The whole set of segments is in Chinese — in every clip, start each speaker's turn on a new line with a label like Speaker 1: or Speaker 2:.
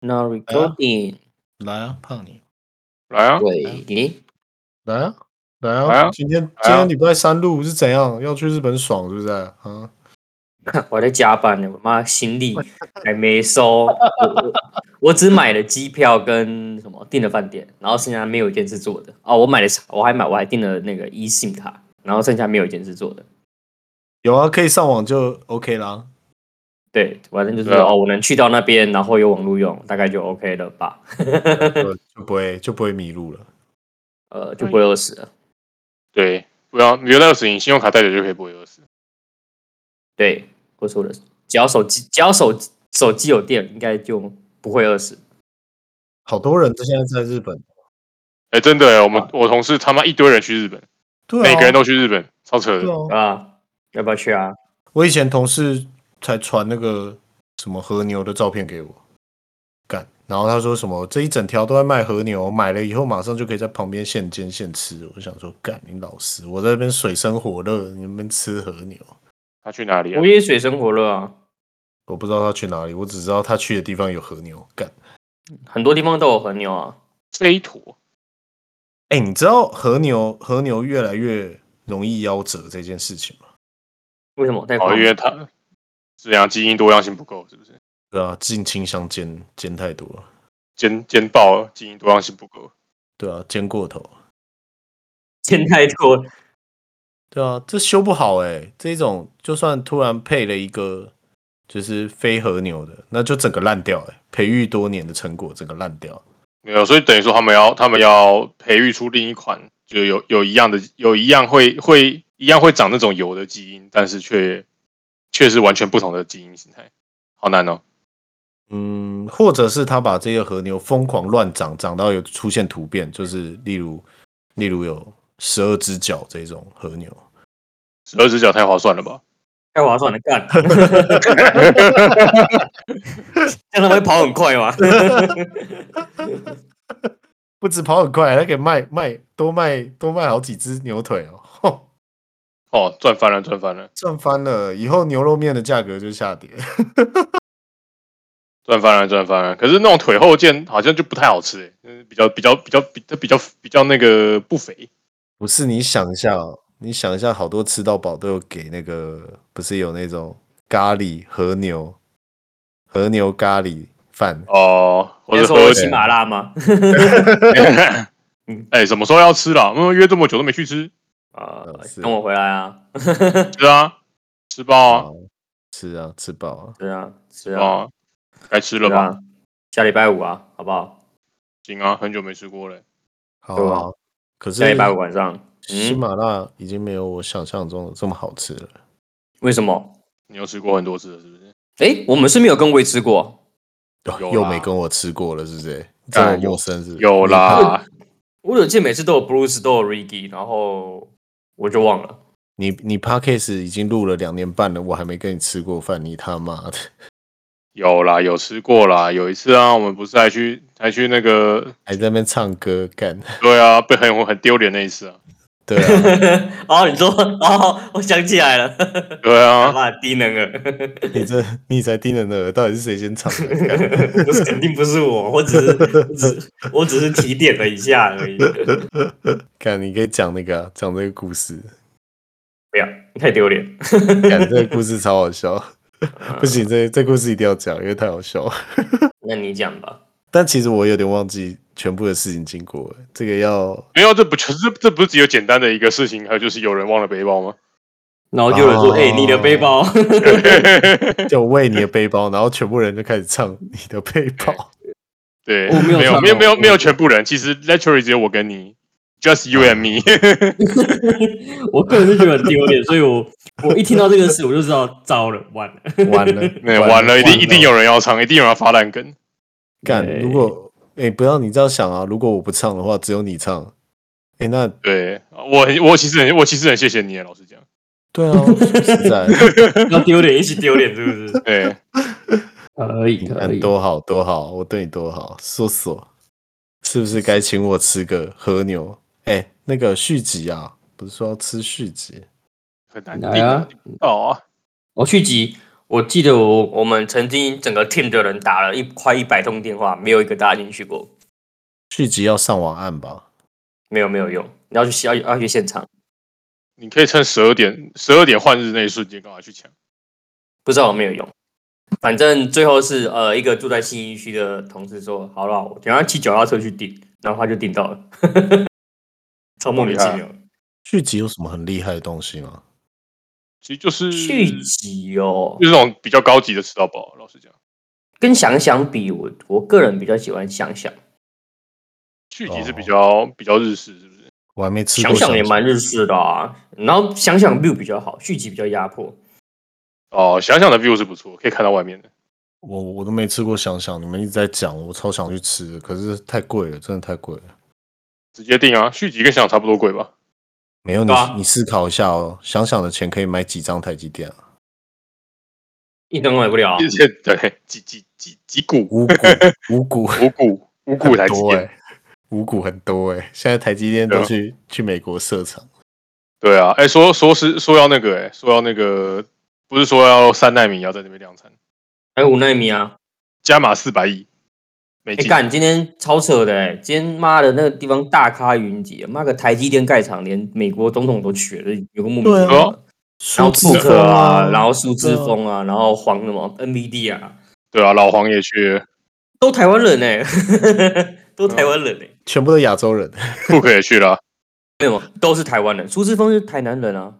Speaker 1: No recording。
Speaker 2: 来啊，胖你
Speaker 3: 来啊，
Speaker 1: 喂，
Speaker 2: 来啊，来
Speaker 3: 来
Speaker 2: 啊！
Speaker 3: 啊
Speaker 2: 今天
Speaker 3: 来
Speaker 2: 今
Speaker 3: 啊
Speaker 2: 天礼拜三录是怎样？要去日本爽是不是？啊，
Speaker 1: 我在加班呢，我妈行李还没收，我我 我只买了机票跟什么订了饭店，然后剩下没有一件是做的。哦，我买了，我还买，我还订了那个 eSIM 卡，然后剩下没有一件是做的。
Speaker 2: 有啊，可以上网就 OK 啦。
Speaker 1: 对，反正就是
Speaker 3: 对啊
Speaker 1: 哦，我能去到那边，然后有网络用，大概就 OK 了吧？
Speaker 2: 就就不会就不会迷路了。
Speaker 1: 呃，就不会饿死了。
Speaker 3: 对，不要你留在二十，你信用卡带着就可以不会饿死。
Speaker 1: 对，我说的，只要手机只要手手机有电，应该就不会饿死。
Speaker 2: 好多人现在在日本，
Speaker 3: 哎、真的、欸，我们我同事他妈一堆人去日本，
Speaker 2: 对啊，
Speaker 3: 每个人都去日本，超扯的。
Speaker 2: 对啊。
Speaker 1: 啊，要不要去啊？
Speaker 2: 我以前同事才传那个什么和牛的照片给我，干，然后他说什么这一整条都在卖和牛，买了以后马上就可以在旁边现煎现吃。我就想说，干你老实，我在那边水深火热，你们吃和牛。
Speaker 3: 他去哪里啊
Speaker 1: 我？也水深火热啊，
Speaker 2: 我不知道他去哪里，我只知道他去的地方有和牛。干，
Speaker 1: 很多地方都有和牛啊。
Speaker 3: 飞陀。
Speaker 2: 哎、你知道和牛和牛越来越容易夭折这件事情吗？
Speaker 1: 为什么？太
Speaker 3: 哦，
Speaker 1: 狂
Speaker 3: 因 为他这样基因多样性不够，是不是？
Speaker 2: 对啊，近亲相煎煎太多了，
Speaker 3: 煎煎爆了，基因多样性不够。
Speaker 2: 对啊，煎过头，
Speaker 1: 见太多，
Speaker 2: 对啊，这修不好哎、这一种就算突然配了一个就是非和牛的，那就整个烂掉哎、培育多年的成果整个烂掉。
Speaker 3: 没有，所以等于说他们要他们要培育出另一款，就有有一样的有一样会会一样会长那种油的基因，但是却却是完全不同的基因形态，好难哦。
Speaker 2: 嗯，或者是他把这些和牛疯狂乱长，长到有出现突变，就是例如例如有十二只脚这种和牛。
Speaker 3: 十二只脚太划算了吧？
Speaker 1: 太划算了， 干！这样他们会跑很 快吗？
Speaker 2: 不止跑很快，还可以卖卖多卖多卖好几只牛腿哦， 吼
Speaker 3: 哦，赚翻了，赚翻了，
Speaker 2: 赚翻了！以后牛肉面的价格就下跌。
Speaker 3: 赚翻了，赚翻了。可是那种腿后腱好像就不太好吃、欸，嗯比较比较比较比它比较比较那个不肥。
Speaker 2: 不是，你想一下哦，你想一下，好多吃到饱都有给那个，不是有那种咖喱和牛和牛咖喱饭，
Speaker 3: 哦，或
Speaker 1: 那
Speaker 3: 者
Speaker 1: 时
Speaker 3: 喝
Speaker 1: 候喜马拉吗？
Speaker 3: 哎、什么时候要吃啦？我们约这么久都没去吃，
Speaker 1: 啊
Speaker 2: 呃是，
Speaker 1: 等我回来啊！
Speaker 3: 吃啊，吃
Speaker 1: 哦
Speaker 3: 爆啊，
Speaker 2: 吃啊，吃饱哦啊，
Speaker 1: 是啊，是
Speaker 3: 吃
Speaker 1: 啊，
Speaker 3: 爆啊，该吃
Speaker 1: 是
Speaker 3: 了吧？
Speaker 1: 啊，下礼拜五啊，好不好？
Speaker 3: 行啊，很久没吃过了、
Speaker 2: 好
Speaker 1: 对啊
Speaker 2: 啊。可是
Speaker 1: 下礼拜五晚上，
Speaker 2: 喜
Speaker 1: 嗯，
Speaker 2: 马拉已经没有我想象中的这么好吃了。
Speaker 1: 为什么？
Speaker 3: 你有吃过很多次了，是不是？
Speaker 1: 诶，我们是没有跟维吃过，
Speaker 3: 有
Speaker 2: 又
Speaker 3: 啦
Speaker 2: 没跟我吃过了，是不是？这么
Speaker 1: 哎
Speaker 3: 干
Speaker 2: 陌生是不是？
Speaker 3: 有啦，
Speaker 1: 我有见每次都有 Bruce 都有 Reggie，然后我就忘 了。
Speaker 2: 你你 podcast 已经录了两年半了，我还没跟你吃过饭，你他妈的！
Speaker 3: 有啦，有吃过啦。有一次啊，我们不是还去还去那个，
Speaker 2: 还在那边唱歌干？
Speaker 3: 对啊，被很很丢脸那一次啊，
Speaker 2: 对啊，
Speaker 1: 哦，你说哦，我想起来了，
Speaker 3: 对
Speaker 1: 啊，
Speaker 3: 啊，
Speaker 1: 妈低能儿，
Speaker 2: 你这你才盯着那个，到底是谁先唱的？干
Speaker 1: 不是肯定不是我，我只是我只是我只是提点了一下而已，
Speaker 2: 干，你可以讲那个啊、讲这个故事，
Speaker 1: 不要太丢脸。
Speaker 2: 讲这个故事超好笑。不行，这这故事一定要讲，因为太好笑了。
Speaker 1: 那你讲吧，
Speaker 2: 但其实我有点忘记全部的事情经过了，这个要
Speaker 3: 没有，这不这这这不是只有简单的一个事情，还有就是有人忘了背包吗？
Speaker 1: 然后就有人说，
Speaker 2: 哦
Speaker 1: 哎，你的背包，
Speaker 2: 就为你的背包，然后全部人就开始唱你的背包。
Speaker 3: 对，
Speaker 1: 我没有
Speaker 3: 没有哦
Speaker 1: 看
Speaker 3: 没有
Speaker 1: 到
Speaker 3: 没有
Speaker 1: 我
Speaker 3: 没有全部人，其实 literally 只有我跟你 Just you and me，，
Speaker 4: 我个人是觉得很丢脸，所以我我一听到这个事，我就知道糟了，完了。
Speaker 5: 完了
Speaker 3: 那完了，一定一定有人要唱，一定有人要发烂梗。
Speaker 5: 干
Speaker 4: 对。
Speaker 5: 如果哎、不要你这样想啊，如果我不唱的话，只有你唱。哎、那
Speaker 3: 对我很，我其实很，我其实很谢谢你，老实讲。
Speaker 5: 对啊，说实 在
Speaker 4: 要丢脸一起丢脸，是不 是？
Speaker 3: 对，
Speaker 4: 可以
Speaker 5: 你看多好多好，我对你多好，说说，是不是该请我吃个和牛？哎、那个续集啊，不是说要吃续集？
Speaker 3: 很难
Speaker 4: 来啊
Speaker 3: 定哦啊，
Speaker 1: 我续集，我记得我我们曾经整个 team 的人打了一快一百通电话，没有一个打进去过，
Speaker 5: 续集要上网按吧？
Speaker 1: 没有没有用，你要去要要去现场，
Speaker 3: 你可以趁十二点十二点换日那一瞬间，赶快去抢。
Speaker 1: 不知道有没有用。反正最后是呃一个住在信义区的同事说，好了，我等一下骑脚踏车去订，然后他就订到了， 超莫名其妙。
Speaker 5: 续集有什么很厉害的东西吗？
Speaker 3: 其实就是
Speaker 1: 续集哦，
Speaker 3: 就是那种比较高级的吃到饱，老实讲，
Speaker 1: 跟想想比，我我个人比较喜欢想想，
Speaker 3: 续集是比
Speaker 1: 哦
Speaker 3: 较比较日式，是不是？
Speaker 5: 我还没吃
Speaker 1: 想
Speaker 5: 过。
Speaker 1: 想也蛮日式的啊。然后想想 view 比较好，续集比较压迫。
Speaker 3: 哦，想想的 view 是不错，可以看到外面的。
Speaker 5: 我我都没吃过想想，你们一直在讲，我超想去吃的，可是太贵了，真的太贵了。
Speaker 3: 直接定啊，续集跟想想差不多贵吧？
Speaker 5: 没有你、
Speaker 1: 对啊
Speaker 5: 你思考一下哦，想想的钱可以买几张台积电啊？
Speaker 1: 一等买不了啊，
Speaker 3: 而且对，几几几几股
Speaker 5: 五股五股
Speaker 3: 五股五股台
Speaker 5: 很
Speaker 3: 积
Speaker 5: 多哎、
Speaker 3: 电，
Speaker 5: 欸，五股很多哎、现在台积电都
Speaker 3: 对啊
Speaker 5: 去去美国设厂，
Speaker 3: 对啊，哎，说说是说要那个，哎，说要那个，不是说要三纳米要在那边量产，
Speaker 1: 还有五纳米啊。
Speaker 3: 加码四百亿美
Speaker 1: 哎、
Speaker 3: 金，
Speaker 1: 干，今天超扯的哎、今天妈的那个地方大咖云集，妈个台积电盖厂，连美国总统都去了，有个莫名其
Speaker 5: 对
Speaker 1: 妙。
Speaker 3: 啊
Speaker 1: 然后
Speaker 5: 苏
Speaker 1: 库
Speaker 5: 志
Speaker 1: 克
Speaker 5: 峰
Speaker 1: 啊，然后苏之
Speaker 5: 对啊
Speaker 1: 峰啊，然后黄什么 NVD 啊，
Speaker 3: 对啊，老黄也去，
Speaker 1: 都台湾人哎、 都台湾人哎、
Speaker 5: 全部都亚洲人
Speaker 3: 库克也去了，啊
Speaker 1: 没有，都是台湾人。苏之峰是台南人啊。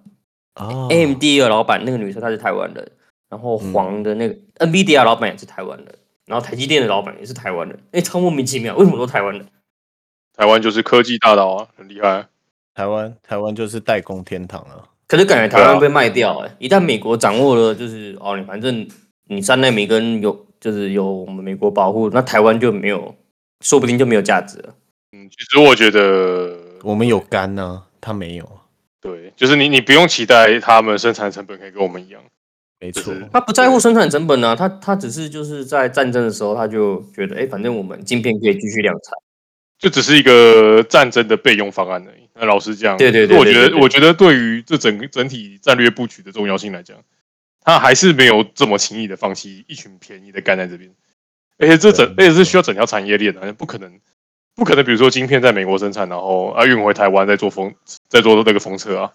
Speaker 5: 啊
Speaker 1: AMD 的老板那个女生她是台湾人，然后黄的那个、NVIDIA 的老板也是台湾人，然后台积电的老板也是台湾人，哎、超莫名其妙，为什么都台湾人？
Speaker 3: 台湾就是科技大岛啊，很厉害。
Speaker 5: 台湾台湾就是代工天堂了、
Speaker 1: 可是感觉台
Speaker 3: 对
Speaker 1: 湾
Speaker 3: 啊
Speaker 1: 被卖掉、哎、一旦美国掌握了，就是哦，你反正你三奈米跟有就是有我们美国保护，那台湾就没有，说不定就没有价值了。
Speaker 3: 嗯，其实我觉得，
Speaker 5: 我们有肝呢、他没有，
Speaker 3: 对，就是你你不用期待他们生产成本可以跟我们一样，
Speaker 5: 没错，
Speaker 3: 是
Speaker 1: 他不在乎生产成本呢、啊，他他只是就是在战争的时候，他就觉得，哎、反正我们晶片可以继续量产。
Speaker 3: 就只是一个战争的备用方案而已。那老实讲，
Speaker 1: 对对对
Speaker 3: 我觉
Speaker 1: 对对
Speaker 3: 得
Speaker 1: 对
Speaker 3: 我觉得对于这整个整体战略布局的重要性来讲，他还是没有这么轻易的放弃一群便宜的干在这边，而且这整而
Speaker 5: 对
Speaker 3: 且是需要整条产业链啊的，不可能不可能，比如说晶片在美国生产，然后啊运回台湾再做封再做那个封测啊，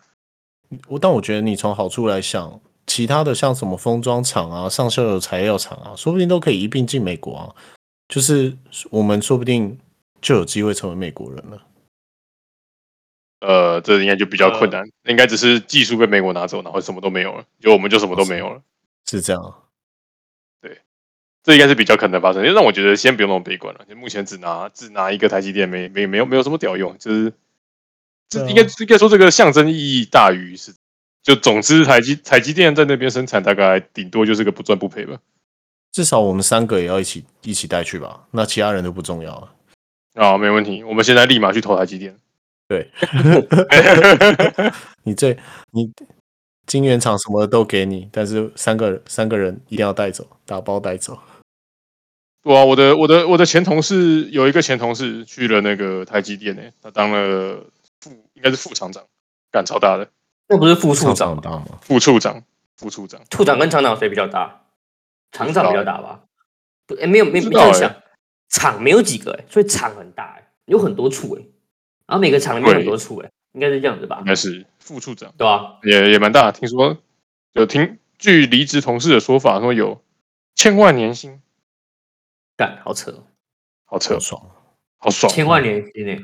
Speaker 5: 我但我觉得你从好处来想，其他的像什么封装厂啊、上下游材料厂啊，说不定都可以一并进美国啊。就是我们说不定就有机会成为美国人了。
Speaker 3: 呃，这应该就比较困难，
Speaker 1: 呃
Speaker 3: 应该只是技术被美国拿走，然后什么都没有了，就我们就什么都没有了。
Speaker 5: 是这样啊，
Speaker 3: 这应该是比较可能发生，让我觉得先不用那么悲观了。就目前只拿只拿一个台积电没，没没有没有什么屌用，就是这
Speaker 5: 对啊
Speaker 3: 应该应该说这个象征意义大于是。就总之，台积台积电在那边生产，大概顶多就是个不赚不赔吧。
Speaker 5: 至少我们三个也要一起一起带去吧。那其他人都不重要了。
Speaker 3: 啊，没问题，我们现在立马去投台积电。
Speaker 5: 对，
Speaker 3: 对
Speaker 5: 你这你金圆厂什么的都给你，但是三个三个人一定要带走，打包带走。
Speaker 3: 啊，我的我的我的前同事有一个前同事去了那个台积电呢、他当了副应该是副厂长，干超大的
Speaker 1: 那不是副处长
Speaker 5: 厂
Speaker 2: 啊
Speaker 1: 吗？
Speaker 5: 大吗？
Speaker 3: 副处长副处长。
Speaker 1: 处长跟厂长谁比较大？厂长比较大吧？不，哎，没有没有
Speaker 3: 不
Speaker 1: 没
Speaker 3: 知道
Speaker 1: 有想，厂没有几个哎、所以厂很大哎、有很多处哎、然后每个厂里面有
Speaker 3: 对
Speaker 1: 很多处哎、应该是这样子吧
Speaker 3: 应？该是副处长，
Speaker 1: 对啊吧、
Speaker 3: 也也蛮大。听说有听据离职同事的说法，说有千万年薪，
Speaker 1: 干，好扯哦，
Speaker 3: 好扯
Speaker 5: 好，爽。
Speaker 3: 好爽。
Speaker 1: 千万年薪哎、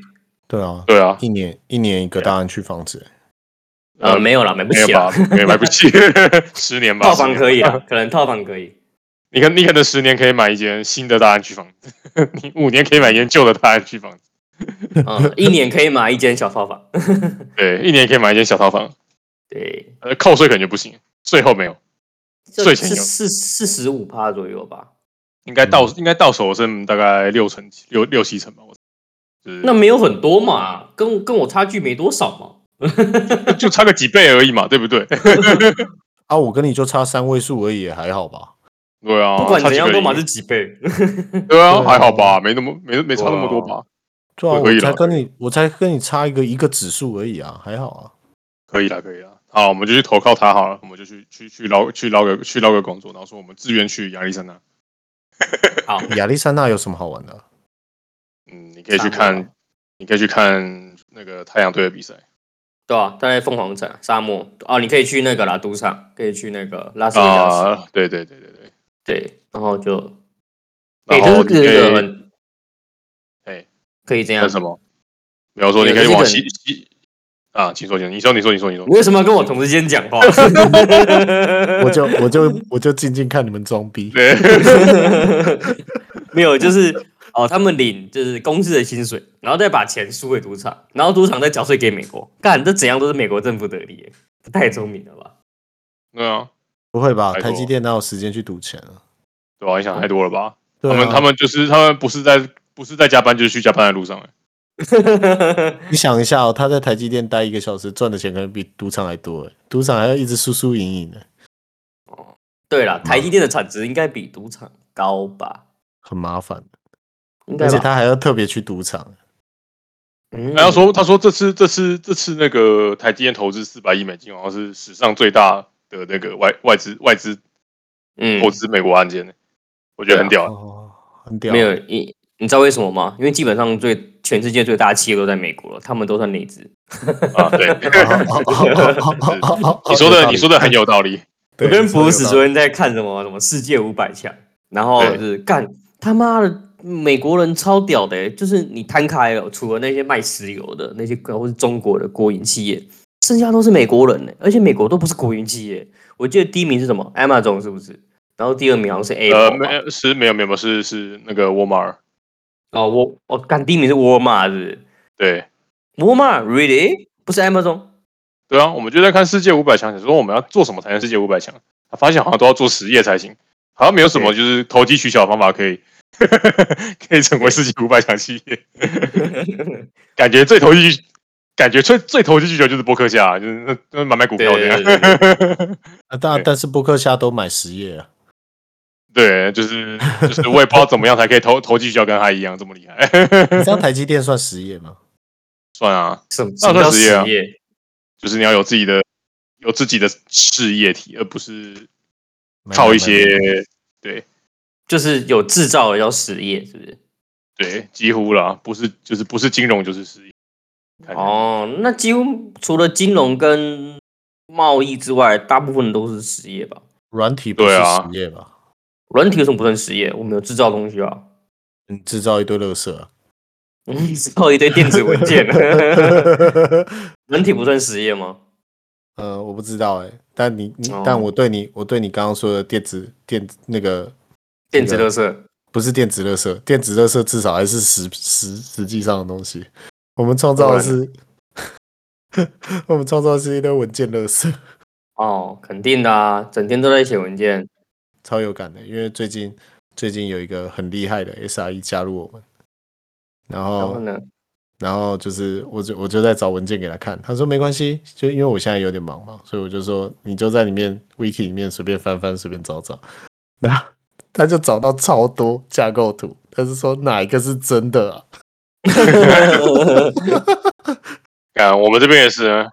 Speaker 5: 对啊，
Speaker 3: 对啊，
Speaker 5: 一年一年一个大安区房子、
Speaker 1: 呃，没有啦，买不
Speaker 3: 嗯没有
Speaker 1: 起
Speaker 3: 吧
Speaker 1: 啦，？
Speaker 3: 没有买不起， 十年吧。
Speaker 1: 套房
Speaker 3: 十年
Speaker 1: 可 以啊，可能套房可以。
Speaker 3: 你 看，你可能十年可以买一间新的大安区房子，你五年可以买一间旧的大安区房子。
Speaker 1: 嗯，一年可以买一间小套房。
Speaker 3: 对，一年可以买一间小套房，
Speaker 1: 对，
Speaker 3: 呃，扣税可能就不行，税后没有，
Speaker 1: 这
Speaker 3: 税前
Speaker 1: 是
Speaker 3: 有
Speaker 1: 四四十五趴左右吧？
Speaker 3: 应该
Speaker 1: 嗯
Speaker 3: 到、应该到手剩大概六成六六七成吧，我就是
Speaker 1: 那没有很多嘛，跟跟我差距没多少嘛。
Speaker 3: 就差个几倍而已嘛，对不对？
Speaker 5: 啊，我跟你就差三位数而已，还好吧？
Speaker 3: 对啊，
Speaker 1: 不管
Speaker 3: 差
Speaker 1: 怎
Speaker 3: 几
Speaker 1: 样
Speaker 3: 个
Speaker 1: 都
Speaker 3: 亿
Speaker 1: 嘛是几 倍。
Speaker 3: 对啊，
Speaker 5: 对啊
Speaker 3: 还好吧，没那么没没差那么多吧，
Speaker 5: 对啊，
Speaker 3: 可以
Speaker 5: 我
Speaker 3: 了
Speaker 5: 才跟你我才跟你差一个一个指数而已啊，还好啊。
Speaker 3: 可以啦，可以啦。好，我们就去投靠他好了，我们就去去去捞去捞个去捞个工作，然后说我们自愿去亚历山大。
Speaker 1: 好，
Speaker 5: 亚历山大有什么好玩的啊？
Speaker 3: 嗯，你可以去
Speaker 1: 沙漠
Speaker 3: 看，你可以去看那个太阳队的比赛
Speaker 1: 对啊，待在凤凰城沙漠哦，你可以去那个啦，赌场可以去那个拉斯维加斯，
Speaker 3: 啊、对对对对对。
Speaker 1: 对，然后就，哎、
Speaker 3: 然
Speaker 1: 这
Speaker 3: 后你
Speaker 1: 是这是一个
Speaker 3: 可以
Speaker 1: 很，
Speaker 3: 哎
Speaker 1: 可以这样
Speaker 3: 那什么？比方说，你
Speaker 1: 有
Speaker 3: 可以
Speaker 1: 这
Speaker 3: 往
Speaker 1: 个
Speaker 3: 西西啊，请说，请说你说，你说，你说，你说
Speaker 1: 你，为什么要跟我同时间讲话？
Speaker 5: 我就我就我就静静看你们装逼。
Speaker 3: 对，
Speaker 1: 没有，就是哦，他们领就是公司的薪水，然后再把钱输给赌场，然后赌场再缴税给美国。干，这怎样都是美国政府得利耶，这太聪明了吧？
Speaker 3: 对啊，
Speaker 5: 不会吧？
Speaker 3: 拜托
Speaker 5: 台积电哪有时间去赌钱啊？
Speaker 3: 对吧、你想太多了吧？
Speaker 5: 对
Speaker 3: 他
Speaker 5: 啊
Speaker 3: 们他们就是他们不是在不是在加班，就是去加班的路上、欸。
Speaker 5: 你想一下哦，他在台积电待一个小时，赚的钱可能比赌场还多欸，赌场还要一直输输赢赢的，
Speaker 1: 对
Speaker 5: 嗯
Speaker 1: 了，台积电的产值应该比赌场高吧？
Speaker 5: 很麻烦。
Speaker 1: 应该
Speaker 5: 而且
Speaker 1: 吧？
Speaker 5: 他还要特别去赌场，
Speaker 1: 嗯
Speaker 3: 然后说，他说这次这次这次那个台积电投资四百亿美金，好像是史上最大的那个外外资外资
Speaker 1: 嗯
Speaker 3: 投资美国案件、欸，我觉得很屌、欸。
Speaker 5: 哦，很
Speaker 2: 啊
Speaker 5: 屌。
Speaker 1: 没有你，你知道为什么吗？因为基本上最全世界最大的企业都在美国了，他们都算内资。
Speaker 3: 啊，对，你
Speaker 5: 你
Speaker 3: 说 的你说的很有道理，
Speaker 5: 对
Speaker 1: 我跟
Speaker 5: 你说
Speaker 1: 博
Speaker 5: 有
Speaker 1: 士
Speaker 5: 道
Speaker 1: 昨
Speaker 5: 理
Speaker 1: 天在看什么什么世界五百强，然后
Speaker 3: 对
Speaker 1: 就是干他妈的美国人超屌的欸、就是你摊开了，除了那些卖石油的那些或是中国的国营企业，剩下都是美国人呢、而且美国都不是国营企业。我记得第一名是什么？Amazon 是不是？然后第二名好像是
Speaker 3: 呃，
Speaker 1: Apple 吧、
Speaker 3: 没是没有没有没有是是那个沃马尔，
Speaker 1: 哦，我我干第一名是沃尔玛是不是？
Speaker 3: 对
Speaker 1: 沃尔玛 really 不是 Amazon？
Speaker 3: 对啊，我们就在看世界五百强，想说我们要做什么才能世界五百强，发现好像都要做实业才行，好像没有什么就是投机取巧的方法可以 可以成为世界五百强企业，感觉最投机。感觉最最投机取巧就是博客下，就是那那买卖股票这样。
Speaker 1: 对
Speaker 5: 啊，但
Speaker 3: 对
Speaker 5: 但是波克夏都买实业 啊，
Speaker 3: 对，就是就是我也不知道怎么样才可以投投机取巧跟他一样这么厉害。
Speaker 5: 你知道台积电算实业吗？
Speaker 3: 算啊，
Speaker 1: 什么
Speaker 3: 那
Speaker 1: 什么叫
Speaker 3: 算实业啊
Speaker 1: 实业？
Speaker 3: 就是你要有自己的有自己的事业体，而不是
Speaker 5: 买
Speaker 3: 靠一
Speaker 5: 买买
Speaker 3: 些
Speaker 1: 就是有制造的叫实业，是不是？
Speaker 3: 对几乎啦，不是就是不是金融就是事业。看起来，
Speaker 1: 哦，那几乎除了金融跟贸易之外，大部分都是实业吧？
Speaker 5: 软体不是
Speaker 3: 对啊
Speaker 5: 实业吧？
Speaker 1: 软体有什么不算实业？我们有制造东西啊，
Speaker 5: 你制造一堆垃圾啊，
Speaker 1: 我们制造一堆电子文件。 软体不算实业吗？
Speaker 5: 呃，我不知道哎、但你你、
Speaker 1: 哦
Speaker 5: 但我对你我对你刚刚说的电子电那个
Speaker 1: 电子垃圾。
Speaker 5: 不是电子垃圾，电子垃圾至少还是实实实际上的东西。我们创造的是， 我们创造的是一堆文件垃圾，
Speaker 1: 哦，肯定的啊，整天都在写文件。
Speaker 5: 超有感的。因为最近最近有一个很厉害的 SRE 加入我们，然
Speaker 4: 哦
Speaker 1: 然后
Speaker 5: 后
Speaker 1: 呢？
Speaker 5: 然后就是我就我就在找文件给他看，他说没关系，就因为我现在有点忙嘛，所以我就说你就在里面 wiki 里面随便翻翻，随便找找。那他就找到超多架构图，他是说哪一个是真的啊？
Speaker 3: 看我们这边也是，啊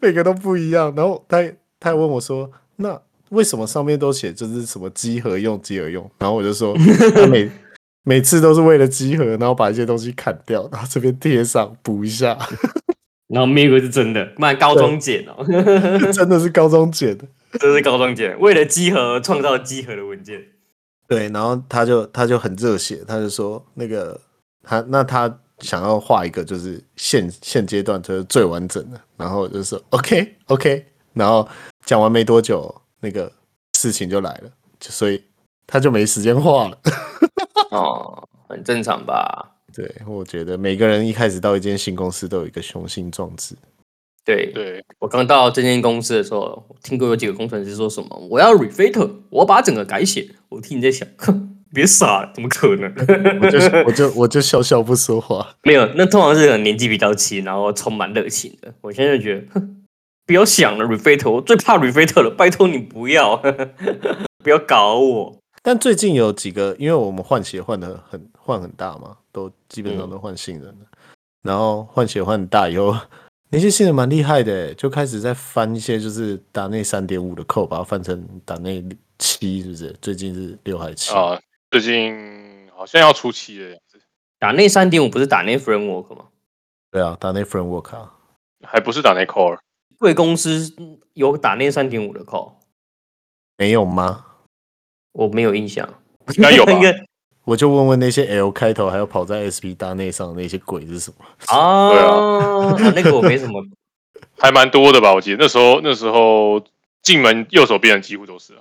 Speaker 5: 每个都不一样。然后他也他还问我说：“那为什么上面都写就是什么集合用集合用？”然后我就说：“他每每次都是为了集合，然后把一些东西砍掉，然后这边贴上补一下，
Speaker 4: 然后没有一个是真的，
Speaker 1: 卖高中简
Speaker 4: 啊
Speaker 1: 哦，
Speaker 5: 真的是高中剪的。”
Speaker 1: 这是高中简，为了集合创造集合的文件。
Speaker 5: 对，然后他就他就很热血，他就说那个他那他想要画一个就是现现阶段就是最完整的，然后我就说 OK OK，然后讲完没多久，那个事情就来了，就所以他就没时间画了。
Speaker 1: 哦，很正常吧？
Speaker 5: 对，我觉得每个人一开始到一间新公司都有一个雄心壮志。
Speaker 1: 对，
Speaker 3: 对，
Speaker 1: 我刚到这间公司的时候，我听过有几个工程师说什么：“我要 refactor，我要把它整个改写。”我听你在想，哼，别傻了，怎么可能？
Speaker 5: 我就我就我就笑笑不说话。
Speaker 1: 没有，那通常是可能年纪比较轻，然后充满热情的。我现在就觉得，哼，不要想了 refactor，我最怕 refactor 了，拜托你不要， 不要搞我。
Speaker 5: 但最近有几个，因为我们换鞋换的很换很大嘛，都基本上都换新人了。然后换鞋换很大以后，那些新人蛮厉害的，就开始在翻一些就是打内三点五的扣，把它翻成打内七，是不是？最近是六还七？
Speaker 3: 啊，最近好像要出期了，
Speaker 1: 打内三点五不是打内 framework 吗？
Speaker 5: 对啊，打内 framework 啊。
Speaker 3: 还不是打内 core，
Speaker 1: 贵公司有打内三点五的 call，
Speaker 5: 没有吗？
Speaker 1: 我没有印象，
Speaker 3: 应该有吧
Speaker 1: 应？该
Speaker 5: 我就问问那些 L 开头还有跑在 SP 大内上的那些鬼是什么？
Speaker 1: 啊
Speaker 3: 对啊
Speaker 1: 啊，那个我没什么
Speaker 3: 还蛮多的吧？我记得那时候那时候进门右手边的几乎都是啊，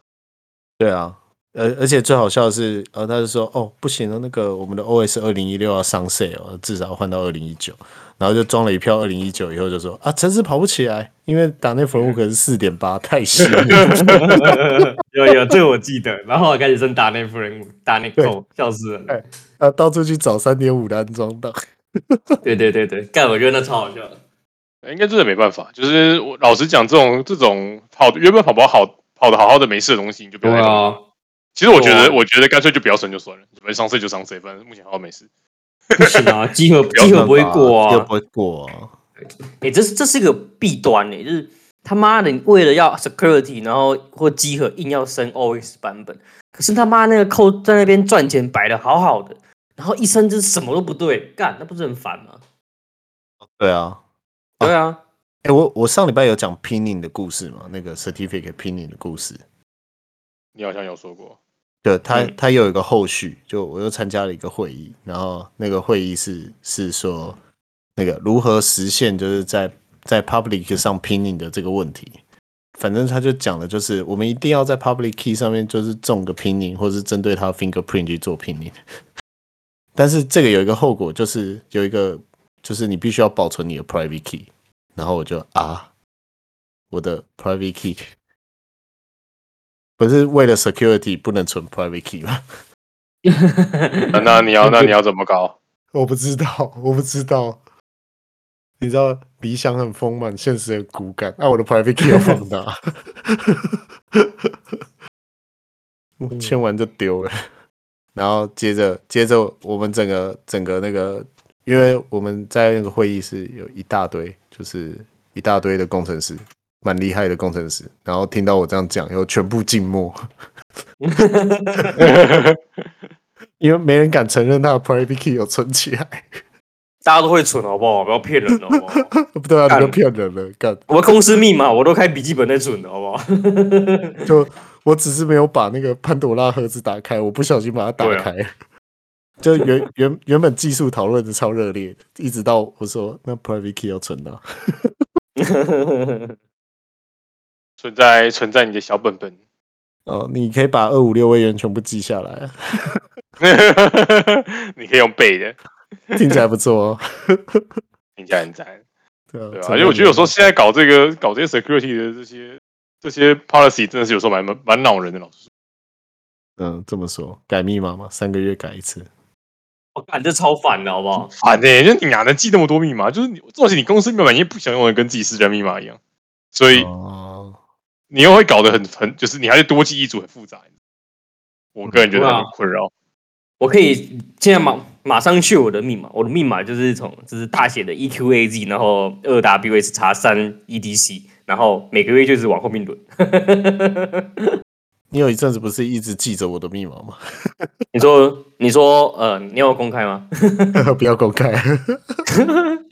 Speaker 5: 对啊，而而且最好笑的是，呃，他就说哦不行了，那个我们的 OS 二零一六要上 sale，至少要换到二零一九，然后就装了一票二零一九以后就说啊，城市跑不起来，因为打内 f r o 是四点八，太细 了。
Speaker 4: 有有，这个我记得。然后我开始真打那夫人，打那
Speaker 5: 对
Speaker 4: 狗，笑死人。
Speaker 5: 啊，到处去找三点五的安装档。
Speaker 1: 对对对对，
Speaker 4: 干，我觉得那超好笑的。
Speaker 3: 应该真的没办法。就是我老实讲，这种这种跑原本跑不好跑的好好的没事的东西，你就不要再动。，其实我觉
Speaker 4: 啊对
Speaker 3: 得
Speaker 4: 啊
Speaker 3: 我觉得干脆就不要升就算了，准备上税就上税，反正目前好像没事。
Speaker 4: 不行啊，集合
Speaker 3: 要
Speaker 4: 集合不会过
Speaker 5: 又
Speaker 4: 啊
Speaker 5: 不。会过、啊。
Speaker 1: 哎、这是这是一个弊端哎、就是他妈的，你为了要 security，然后或集合硬要升 OS 版本，可是他妈那个扣在那边赚钱摆的好好的，然后一升就是什么都不对，干那不是很烦吗？
Speaker 5: 对啊，
Speaker 1: 对啊，
Speaker 5: 哎、我我上礼拜有讲 pinning 的故事嘛，那个 certificate pinning 的故事。
Speaker 3: 你好像有说过，
Speaker 5: 对他，
Speaker 1: 嗯
Speaker 5: 他有一个后续，就我又参加了一个会议，然后那个会议是是说那个如何实现就是在在 public 上 pinning 的这个问题。反正他就讲的就是我们一定要在 public key 上面就是种个 pinning，或是针对它 fingerprint 去做 pinning。但是这个有一个后果，就是有一个就是你必须要保存你的 private key。然后我就啊，我的 private key 不是为了 security 不能存 private key 吗？
Speaker 3: 那那你要那你要怎么搞？
Speaker 5: 我不知道，我不知道。你知道理想很丰满，现实很骨感。啊那、我的 private key 又放大， 我签完就丢了。然后接着接着，我们整个整个那个，因为我们在那个会议室有一大堆，就是一大堆的工程师，蛮厉害的工程师。然后听到我这样讲以后，全部静默，因为没人敢承认他的 private key 有存起来。
Speaker 1: 大家都会蠢好不好？不要骗人好不好？
Speaker 5: 不对啊，
Speaker 1: 干
Speaker 5: 你都骗人了，干！
Speaker 1: 我公司密码我都开笔记本在蠢的好不好？
Speaker 5: 就我只是没有把那个潘多拉盒子打开，我不小心把它
Speaker 3: 啊
Speaker 5: 打开。就原原原本技术讨论的超热烈，一直到我说那 private key 要存哪？
Speaker 3: 存在存在你的小本 本。
Speaker 5: 哦，你可以把二五六位元全部记下来啊，
Speaker 3: 你可以用背的，
Speaker 5: 听起来不错哦。
Speaker 3: 听起来很赞，
Speaker 5: 对啊
Speaker 3: 对吧、而且我觉得有时候现在搞这个搞这些 security 的这些这些 policy 真的是有时候蛮蛮蛮恼人的，老师。
Speaker 5: 嗯，这么说改密码嘛，三个月改一次。
Speaker 1: 我干这超烦的好不好？
Speaker 3: 烦呢、啊就你哪能记那么多密码？就是你，而且你公司密码你也不想用的跟自己私人密码一样，所以
Speaker 5: 哦，
Speaker 3: 你又会搞得很很，就是你还是多记一组很复杂。我个人
Speaker 5: 嗯
Speaker 3: 觉得很困扰，
Speaker 1: 我可以现在马马上去我的密码，我的密码就是从就是大写的 E Q A Z，然后二 W S 叉三 E D C，然后每个月就是往后面轮。
Speaker 5: 你有一阵子不是一直记着我的密码吗？
Speaker 1: 你说你说呃，你要公开吗？
Speaker 5: 不要公开。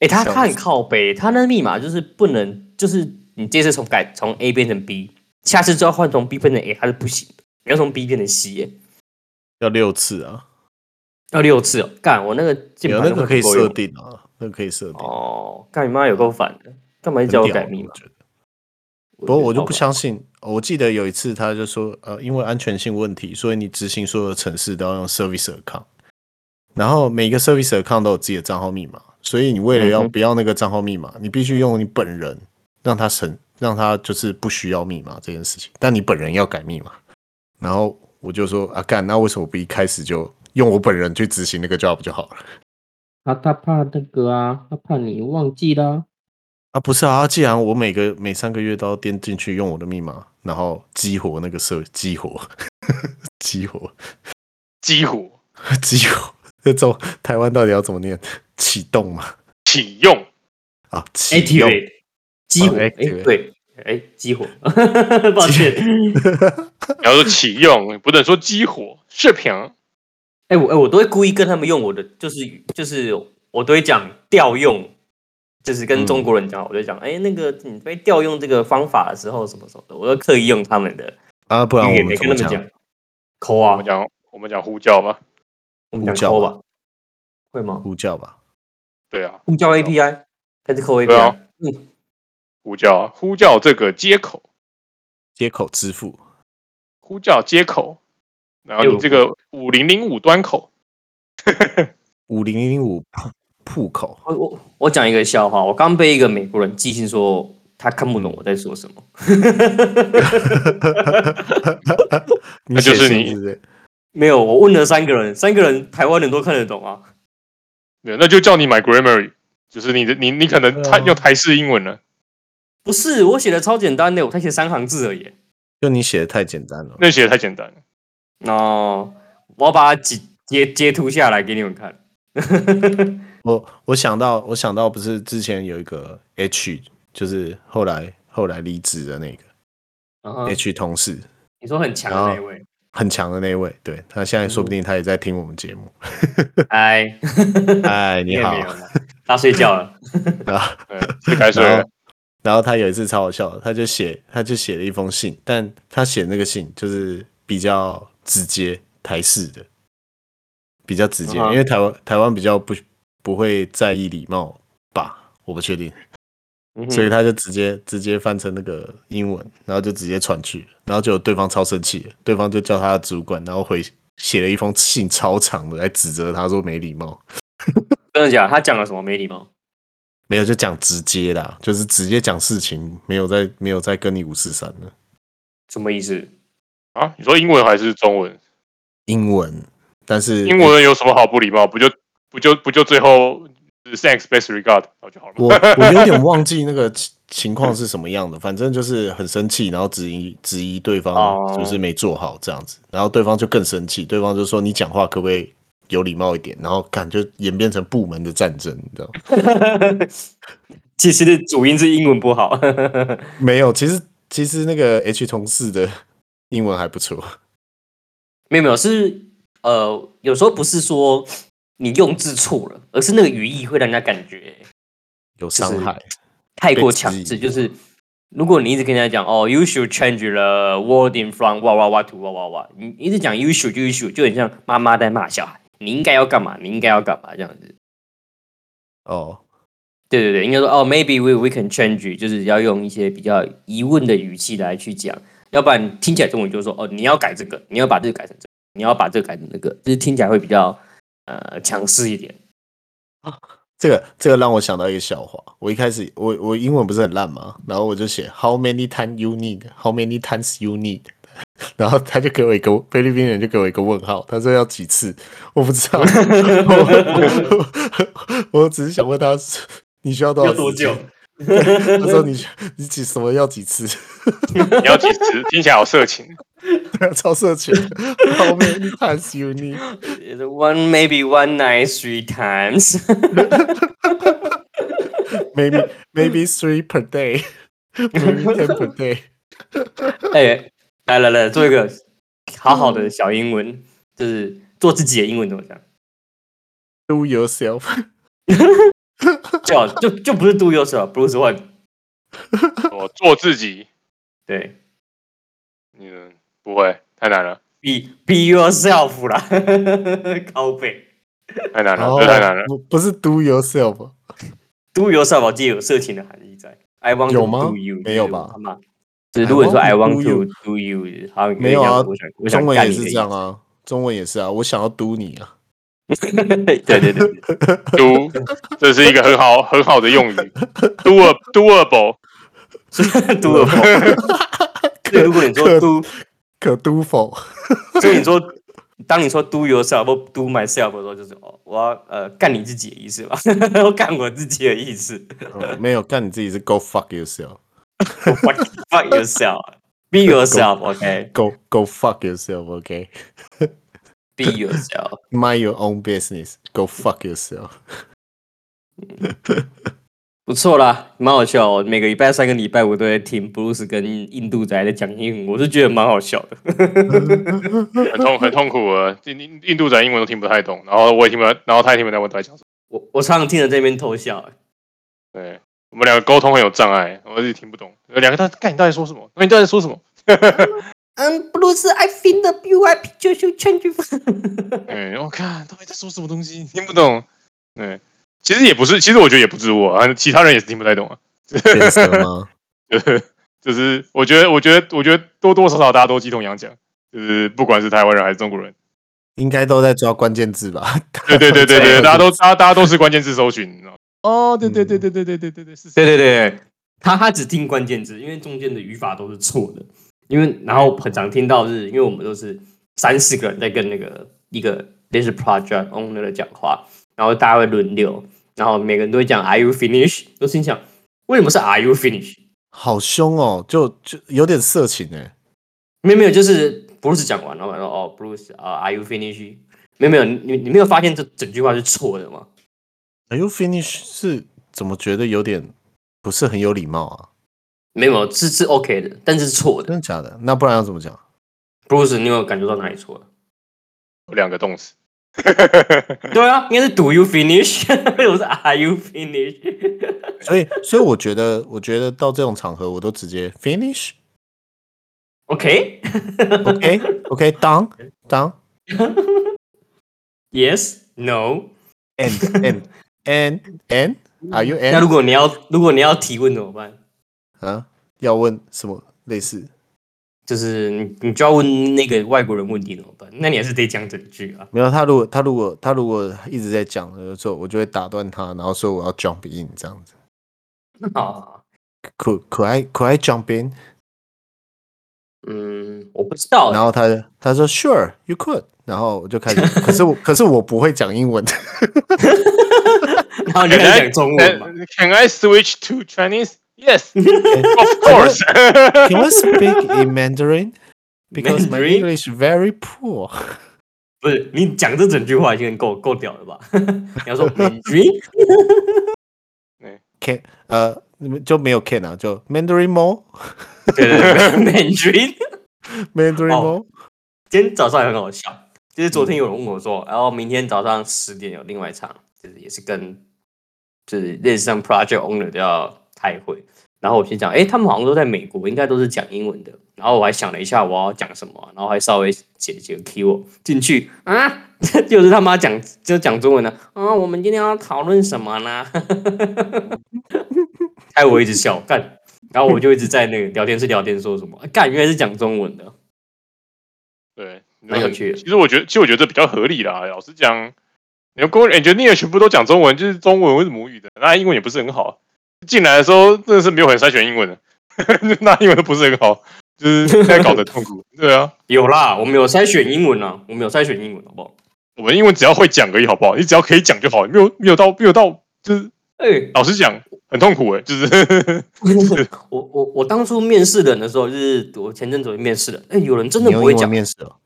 Speaker 1: 哎、他
Speaker 5: 笑死
Speaker 1: 他很靠北，他那密码就是不能，就是你这次从改从 A 变成 B，下次就要换从 B 变成 A，他是不行的，你要从 B 变成 C，耶、
Speaker 5: 要六次啊，
Speaker 1: 要六次哦。干我那个键
Speaker 5: 有
Speaker 1: 盘
Speaker 5: 那
Speaker 1: 都
Speaker 5: 个
Speaker 1: 快
Speaker 5: 可以
Speaker 1: 不够用
Speaker 5: 设定啊，那个可以设定。
Speaker 1: 哦，干你妈有够烦的，干嘛一直叫
Speaker 5: 很
Speaker 1: 我
Speaker 5: 屌啊
Speaker 1: 改密码
Speaker 5: 我？觉得不过我就
Speaker 1: 超
Speaker 5: 不
Speaker 1: 烦
Speaker 5: 相信。哦我记得有一次他就说，呃，因为安全性问题，所以你执行所有的程式都要用 service account。然后每一个 service account 都有自己的账号密码，所以你为了要
Speaker 1: 嗯哼
Speaker 5: 不要那个账号密码，你必须用你本人让他审，让他就是不需要密码这件事情，但你本人要改密码。然后我就说啊干，那为什么不一开始就用我本人去执行那个 job 就好了？
Speaker 6: 啊，他怕那个啊，他怕你忘记啦、
Speaker 5: 啊，不是啊，既然我每个每三个月都要颠进去用我的密码，然后激活那个设激活 激活
Speaker 3: 激活
Speaker 5: 激活，这种台湾到底要怎么念？启动嘛？
Speaker 3: 启用，
Speaker 5: 啊，
Speaker 3: 哎
Speaker 5: 启动。
Speaker 4: activate
Speaker 1: 激活，哎，
Speaker 5: 哦 activate
Speaker 1: 对，哎，激活， 抱歉，
Speaker 3: 你要说启用，不能说激活，视频
Speaker 1: 哎，我哎，我都会故意跟他们用我的，就是就是我都会讲调用，就是跟中国人讲，我就讲，哎，那个你被调用这个方法的时候，什么什么的，我都刻意用他们的
Speaker 5: 啊，不然
Speaker 1: 语
Speaker 5: 我
Speaker 1: 言
Speaker 5: 们
Speaker 1: 来
Speaker 5: 怎
Speaker 1: 跟
Speaker 5: 么
Speaker 1: 他们
Speaker 5: 讲？
Speaker 1: 讲，抠
Speaker 3: 我
Speaker 1: 啊
Speaker 3: 们，讲我们讲呼叫吧，
Speaker 1: 我们讲
Speaker 5: 呼叫啊
Speaker 1: 抠
Speaker 5: 吧
Speaker 1: 吧，会吗？
Speaker 5: 呼叫吧，
Speaker 3: 对啊，
Speaker 1: 呼叫 API 还是抠
Speaker 3: 对
Speaker 1: API？
Speaker 3: 啊呼叫呼叫这个接口，
Speaker 5: 接口支付。
Speaker 3: 呼叫接口，然后你这个五零零五端口，
Speaker 5: 五零零五铺口，
Speaker 1: 我我我讲一个笑话，我刚被一个美国人寄信说他看不懂我在说什么，
Speaker 5: 那
Speaker 3: 就是你
Speaker 5: 是不是
Speaker 1: 没有，我问了三个人，三个人台湾人都看得懂啊，
Speaker 3: 对，那就叫你 my grammar，就是你的你你可能
Speaker 5: 对啊
Speaker 3: 他用台式英文了，
Speaker 1: 不是我写的超简单的，我才写三行字而已。
Speaker 5: 就你写的太简单了。
Speaker 3: 那写的太简单了。
Speaker 1: 哦，我要把它截截截图下来给你们 看。
Speaker 5: 我我想到，我想到不是之前有一个 H，就是后来后来离职的那个、
Speaker 3: 嗯
Speaker 1: 然后
Speaker 5: H 同事，
Speaker 1: 你说很强
Speaker 5: 哦
Speaker 1: 的那一位，
Speaker 5: 很强的那位，对他现在说不定他也在听我们节目。
Speaker 1: 哎，
Speaker 5: 哎，你
Speaker 1: 也
Speaker 5: 好
Speaker 1: 没有了，他睡觉了。
Speaker 5: 啊。
Speaker 3: 嗯，是该睡
Speaker 5: 然
Speaker 3: 了
Speaker 5: 后。然后他有一次超好笑的，他就写他就写了一封信，但他写那个信就是比较直接台式的，比较直接，
Speaker 1: 嗯哼
Speaker 5: 因为台湾台湾比较不不会在意礼貌吧，我不确定，
Speaker 1: 嗯哼
Speaker 5: 所以他就直接直接翻成那个英文，然后就直接传去，然后就有对方超生气，对方就叫他的主管，然后回写了一封信超长的来指责他说没礼貌。
Speaker 1: 真的假的？他讲了什么没礼貌？
Speaker 5: 没有就讲直接啦，就是直接讲事情，没有在没有在跟你五四三了。
Speaker 1: 什么意思？
Speaker 3: 啊，你说英文还是中文？
Speaker 5: 英文，但是
Speaker 3: 英文有什么好不礼貌？不就不就不就最后呃 thanks best regard 那就好了
Speaker 5: 我
Speaker 3: 吗。
Speaker 5: 我有点忘记那个情 情况是什么样的，反正就是很生气，然后质疑质疑对方
Speaker 1: 哦
Speaker 5: 是不是没做好这样子，然后对方就更生气，对方就说你讲话可不可以有礼貌一点，然后感觉演变成部门的战争，你知道吗？
Speaker 1: 其实的主因是英文不好。
Speaker 5: 没有，其实其实那个 H 同事的英文还不错，
Speaker 1: 没有没有，是呃，有时候不是说你用字错了，而是那个语义会让人家感觉
Speaker 5: 有伤害，
Speaker 1: 太过强制。
Speaker 5: 被质疑
Speaker 1: 就是如果你一直跟人家讲哦，you should change the wording from 哇哇哇 to 哇哇哇，你一直讲 you should you should，就很像妈妈在骂小孩，你应该要干嘛，你应该要干嘛这样子。
Speaker 5: 哦。
Speaker 1: 对对对，应该说哦，maybe we we can change，就是要用一些比较疑问的语气来去讲，要不然听起来中文就是说哦，你要改这个，你要把这个改成这个，你要把这个改成那个，就是听起来会比较呃强势一点。
Speaker 5: 这个这个让我想到一个笑话。我一开始我我英文不是很烂嘛，然后我就写 How many time you need? How many times you need? 然后他就给我一个菲律宾人就给我一个问号，他说要几次？我不 知道，我我我只是想问他，你需要多少
Speaker 4: 要多
Speaker 5: 时间
Speaker 4: 久？
Speaker 5: 他说你你几什么要几次？
Speaker 3: 你要几次？听起来好色情。
Speaker 5: 超社群，How many times you need？
Speaker 1: It's One maybe one night three times，
Speaker 5: Maybe maybe three per day, maybe ten per day。
Speaker 1: 哎，来来来，做一
Speaker 5: 嗯
Speaker 1: 个好好的小英文，就是做自己的英文怎么讲？
Speaker 5: Do yourself。
Speaker 1: 最好就就不是 do yourself，Bruce One，
Speaker 3: 我做自己，
Speaker 1: 对
Speaker 3: 嗯，不会，太难了，
Speaker 1: ，be be yourself 啦， 靠背。
Speaker 3: 太难了，
Speaker 5: 哦
Speaker 3: 这太难了。
Speaker 5: 不不是 do yourself，
Speaker 1: Do yourself 记得有色情的含义在。I want to
Speaker 5: 有吗
Speaker 1: do you
Speaker 5: 没有吧
Speaker 1: 他妈，就是如果你说
Speaker 5: I
Speaker 1: I
Speaker 5: want
Speaker 1: want
Speaker 5: to
Speaker 1: to do you，好像
Speaker 5: 没有啊
Speaker 1: 我想我想
Speaker 5: 中文
Speaker 1: 干
Speaker 5: 也
Speaker 1: 你的
Speaker 5: 是
Speaker 1: 意
Speaker 5: 这样
Speaker 1: 思。
Speaker 5: 啊，中文也是啊，我想要嘟你啊，
Speaker 7: 对对对，
Speaker 3: do，这是一个很好很好的用语，do doable，
Speaker 7: 所 以 do 了否？所以如果你说 do，
Speaker 5: 可都否？
Speaker 7: 所以你说，当你说 do yourself 或 do myself 的时候，就是哦，我要呃干你自己的意思吧， 我干我自己的意思。
Speaker 5: 呃
Speaker 3: 嗯
Speaker 5: 没有，干你自己是 go fuck yourself，go
Speaker 7: What the fuck yourself？Be yourself，OK？Be
Speaker 5: go fuck yourself，OK，mind、
Speaker 7: yourself。
Speaker 5: your own business，go fuck yourself。
Speaker 7: 不错啦，蛮好笑、哦。每个礼拜三个礼拜我都在听 Bruce 跟印度仔在讲英文，我是觉得蛮好笑的。
Speaker 3: 很痛很痛苦啊！印印印度仔英文都听不太懂，然后我也听不太，然后他也听不太懂我在讲什么。
Speaker 7: 我我常常听着这边偷笑、欸，
Speaker 3: 对我们两个沟通很有障碍，我一直听不懂。两个他看你到底说什么？那你到底说什么？
Speaker 7: 嗯，Bruce，I think the b u I picture should change。
Speaker 3: 哎，我看到底在说什么东西，听不懂。对，其实也不是，其实我觉得也不止我，啊，其他人也是听不太懂啊。
Speaker 5: 变色吗？
Speaker 3: 就是就是，我觉得，我觉得，我觉得多多少少大家都鸡同样讲，就是不管是台湾人还是中国人，
Speaker 5: 应该都在抓关键字吧？
Speaker 3: 对对对对对，
Speaker 5: 对
Speaker 3: 大家都大家大家都是关键字搜寻，你知道吗哦，对对对对对对对对对，是
Speaker 7: 对对对，
Speaker 1: 他他只听关键字，因为中间的语法都是错的。因为然后很常听到是，因为我们都是三四个人在跟那个一个类似 project owner 的讲话，然后大家会轮流，然后每个人都会讲 Are you finished？都心想为什么是 Are you finished？
Speaker 5: 好凶哦，就就有点色情哎、
Speaker 1: 没有没有，就是 Bruce 讲完，然后说哦 Bruce 啊、a r e you finished？没有没有，你你没有发现这整句话是错的吗？
Speaker 5: Are you 哎 finish 是怎么觉得有点不是很有礼貌啊？
Speaker 1: 没有，是是 OK 的，但是是错的。
Speaker 5: 真的假的？那不然要怎么讲？
Speaker 1: Bruce，你有感觉到哪里错了？
Speaker 3: 有两个动词。
Speaker 1: 对啊，应该是 Do you finish？我 是 Are you finish？
Speaker 5: 所以所以我觉得，我觉得到这种场合，我都直接 finish。
Speaker 1: OK，
Speaker 5: OK OK down down
Speaker 1: Yes, No。
Speaker 5: and and and and Are you
Speaker 1: 那如
Speaker 5: and
Speaker 1: 果你要如果你要提问怎么办？
Speaker 5: 啊？要问什么类似？
Speaker 1: 就是你你就要问那个外国人问题怎么办？那你还是得讲整句 啊。
Speaker 5: 没有他如果他如果他如果一直在讲的时候，我就会打断他，然后说我要 jump in 这样子。
Speaker 1: 啊，
Speaker 5: Could could I could I jump in？
Speaker 1: 嗯，我不知道欸。
Speaker 5: 然后他他说 Sure you could，然后我就开始，可是我可是我不会讲英文。
Speaker 1: 然后你
Speaker 3: Can
Speaker 1: 还
Speaker 3: I
Speaker 1: 讲中文嘛？
Speaker 3: Can I switch to Chinese? Yes, of course.
Speaker 5: course. Can we speak in Mandarin? Because my
Speaker 1: Mandarin?
Speaker 5: English very poor.
Speaker 1: 不是，你讲这整句话已经够够屌了吧？ 你要说 Mandarin，
Speaker 5: Can 呃，你们就没有 can 啊，就 Mandarin more
Speaker 1: 对对对，Mandarin。
Speaker 5: Mandarin
Speaker 1: 哦
Speaker 5: more。
Speaker 1: 今天早上也很好笑，就是昨天有人问我说，然后明天早上十点有另外一场，就是也是跟就是类似像 project owner 都要开会，然后我心想，诶，他们好像都在美国，应该都是讲英文的。然后我还想了一下我要讲什么啊、然后还稍微写几个 keyword 进去啊， 就是他妈讲就讲中文的啊，我们今天要讨论什么呢？ 害我一直笑干，然后我就一直在那个聊天室聊天说什么干，原来是讲中文的。
Speaker 3: 对，
Speaker 1: 蛮有趣的
Speaker 3: 其实我觉得，其实我觉得这比较合理啦。老实讲，你要工人 engineer 全部都讲中文，就是中文为母语的，那英文也不是很好。进来的时候真的是没有很筛选英文的， 那英文都不是很好，就是现在搞得痛苦。 对啊，
Speaker 1: 有啦，我们有筛选英文啊，我们有筛选英文，好不好？
Speaker 3: 我们英文只要会讲而已，好不好？你只要可以讲就好，没有没有到没有到，就是
Speaker 1: 哎、
Speaker 3: 老实讲很痛苦哎、就是
Speaker 1: 我我我当初面试人的时候，就是我前阵子有面试人，哎、有人真
Speaker 5: 你
Speaker 1: 的
Speaker 5: 用
Speaker 1: 不会
Speaker 5: 英文
Speaker 1: 讲，
Speaker 5: 面试哦。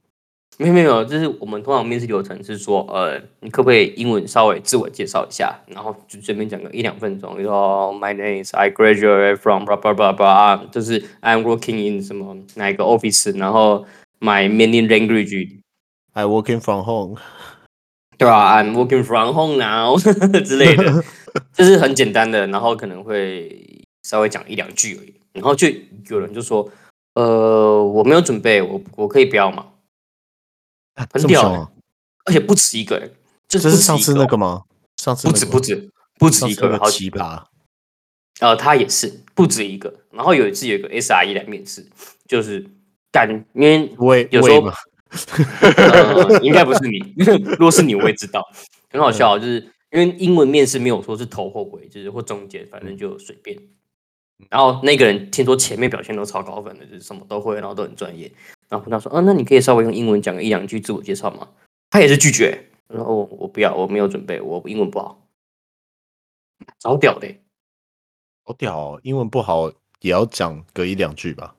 Speaker 1: 没有没有，就是我们通常面试流程是说，呃，你可不可以英文稍微自我介绍一下，然后就随便讲个一两分钟，你说哦 My name is I graduate from blah blah blah blah，就是 I'm working in 什么哪一个 office，然后 my main language
Speaker 5: I working from home。
Speaker 1: 对啊，I'm working from home now 之类的， 就是很简单的，然后可能会稍微讲一两句而已，然后就有人就说，呃，我没有准备，我我可以不要嘛，
Speaker 5: 啊
Speaker 1: 很
Speaker 5: 这么
Speaker 1: 屌
Speaker 5: 凶
Speaker 1: 欸
Speaker 5: 哦！
Speaker 1: 而且不止一个人，就
Speaker 5: 这
Speaker 1: 不
Speaker 5: 是
Speaker 1: 止
Speaker 5: 上
Speaker 1: 一
Speaker 5: 次
Speaker 1: 个
Speaker 5: 那
Speaker 1: 哦
Speaker 5: 个吗？上次
Speaker 1: 不
Speaker 5: 那
Speaker 1: 止
Speaker 5: 个
Speaker 1: 不
Speaker 5: 吗
Speaker 1: 止不止
Speaker 5: 上
Speaker 1: 一
Speaker 5: 次
Speaker 1: 个
Speaker 5: 那
Speaker 1: 人，
Speaker 5: 个
Speaker 1: 好
Speaker 5: 奇
Speaker 1: 几个，
Speaker 5: 葩。
Speaker 1: 呃，他也是不止一个，E 然后有一次有一个 SRE 来面试，就是干，因为
Speaker 5: 喂
Speaker 1: 有时
Speaker 5: 喂
Speaker 1: 候
Speaker 5: 嘛，
Speaker 1: 呃应该不是你。如果是你，我也知道。很好
Speaker 5: 嗯
Speaker 1: 笑，啊就是因为英文面试没有说是头或尾，就是或中间，反正就随便。
Speaker 5: 嗯
Speaker 1: 然后那个人听说前面表现都超高分的，就是什么都会，然后都很专业。然后问他说：“啊，那你可以稍微用英文讲个一两句自我介绍吗？”他也是拒绝。我说：“哦，我不要，我没有准备，我英文不好。”超屌的欸、
Speaker 5: 好屌、哦，英文不好也要讲个一两句吧？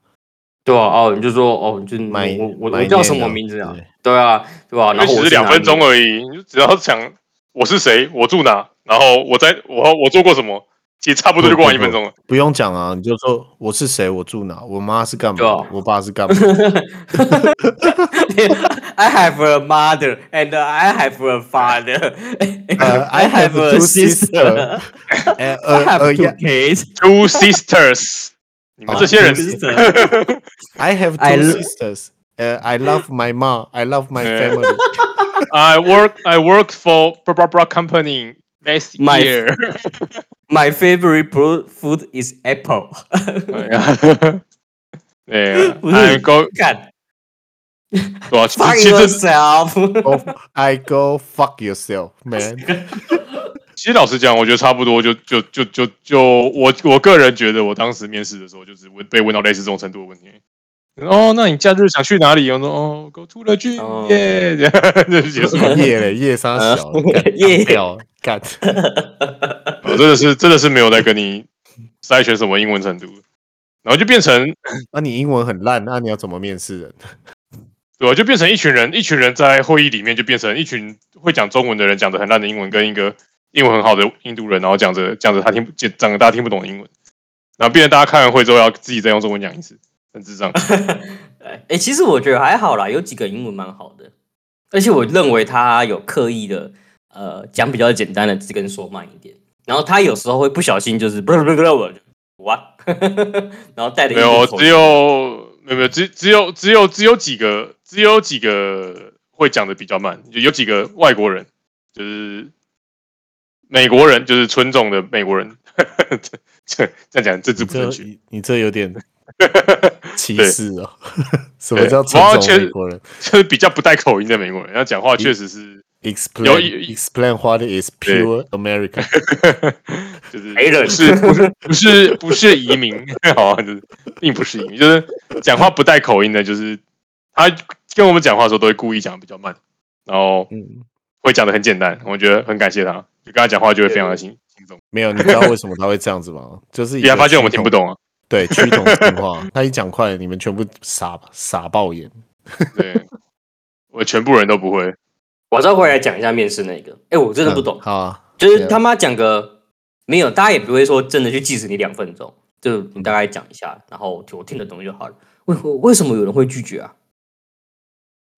Speaker 1: 对啊，哦，你就说哦，你就你
Speaker 5: 买
Speaker 1: 我我
Speaker 5: 买
Speaker 1: 我叫什
Speaker 5: 念
Speaker 1: 么
Speaker 5: 啊
Speaker 1: 名字啊
Speaker 5: 对？
Speaker 1: 对啊，对吧、啊？然后
Speaker 3: 只
Speaker 1: 我
Speaker 3: 是两分钟
Speaker 1: 了，
Speaker 3: 而已，你就只要想我是谁，我住哪，然后我在我我做过什么，其实差不多就过完一分钟了。
Speaker 5: 不用讲啊，你就说我是谁，我住哪，我妈是干嘛，
Speaker 1: 对啊
Speaker 5: 我爸是 干嘛，
Speaker 1: I have a mother and I have a father.
Speaker 5: Uh, I have
Speaker 1: a
Speaker 5: two sister. 哎
Speaker 1: I
Speaker 5: 呃呃
Speaker 1: have two
Speaker 5: 呀
Speaker 1: kids.
Speaker 3: Two sisters，你们这些人
Speaker 1: 啊 Two sisters.
Speaker 5: ，I have
Speaker 1: I
Speaker 5: two
Speaker 1: lo-
Speaker 5: sisters. 呃，I love my mom, I love my family.
Speaker 3: I work I work for blah blah blah company next
Speaker 1: My-
Speaker 3: year。
Speaker 1: My favorite bro- food is apple.
Speaker 3: 哎呀对啊
Speaker 1: 不是
Speaker 3: ，I go
Speaker 1: 看
Speaker 3: 对啊，
Speaker 1: ，fuck
Speaker 3: 其实这
Speaker 1: yourself.
Speaker 5: Go- I go fuck yourself, man.
Speaker 3: 其实老实讲，我觉得差不多就，就就就就我我个人觉得，我当时面试的时候，就是问被问到类似这种程度的问题。哦，那你假日想去哪里？我说哦，go to the gym，
Speaker 1: 哦
Speaker 3: 耶，这样 就是结束
Speaker 5: 什。么夜嘞？夜杀 小
Speaker 1: 呃
Speaker 5: 干
Speaker 1: 夜
Speaker 5: 干 掉干。
Speaker 3: 我哦真的是真的是没有在跟你筛选什么英文程度，然后就变成
Speaker 5: 那你英文很烂，那你要怎么面试人？
Speaker 3: 对吧、就变成一群人，一群人在会议里面就变成一群会讲中文的人讲着很烂的英文，跟一个英文很好的印度人，然后讲着讲着他听不讲着大家听不懂的英文，然后变成大家开完会之后要自己再用中文讲一次，很智障。
Speaker 1: 哎、欸其实我觉得还好啦，有几个英文蛮好的，而且我认为他有刻意的呃讲比较简单的字跟说慢一点，然后他有时候会不小心就是 不不不不 what，然后带着
Speaker 3: 没有，只有没有没有，只只有只有只有几个，只有几个会讲的比较慢，有有几个外国人，就是美国人，就是纯种的美国人。 这这样讲政治不
Speaker 5: 这
Speaker 3: 正确，
Speaker 5: 你这有 点歧视哦。 什么
Speaker 3: 对
Speaker 5: 叫
Speaker 3: 我要
Speaker 5: 纯
Speaker 3: 确
Speaker 5: 种美国人
Speaker 3: 就是比较不带口音的美国人，他讲话确实是，有
Speaker 5: ？Explain explain what is
Speaker 3: 对
Speaker 5: pure American。
Speaker 3: 就是
Speaker 1: 白人
Speaker 3: 不是不是不是不是移民， 好、啊，就是并不是移民，就是讲话不带口音的，就是他跟我们讲话的时候都会故意讲的比较慢，然后
Speaker 5: 嗯
Speaker 3: 会讲的很简单，我觉得很感谢他，就跟他讲话就会非常的轻轻松，
Speaker 5: 没有，你知道为什么他会这样子吗？就是一
Speaker 3: 也
Speaker 5: 个
Speaker 3: 发现我们
Speaker 5: 趋
Speaker 3: 听
Speaker 5: 同
Speaker 3: 不，懂啊，
Speaker 5: 对，趋同进化。他一讲快，你们全部傻傻爆眼。
Speaker 3: 对，我全部人都不会，
Speaker 1: 我再回来讲一下面试那个，哎、我真的不懂，
Speaker 5: 嗯好啊，
Speaker 1: 就是他妈讲个没有，大家也不会说真的去计时你两分钟，就你大概讲一下，然后我听得懂就好了。为为什么有人会拒绝啊？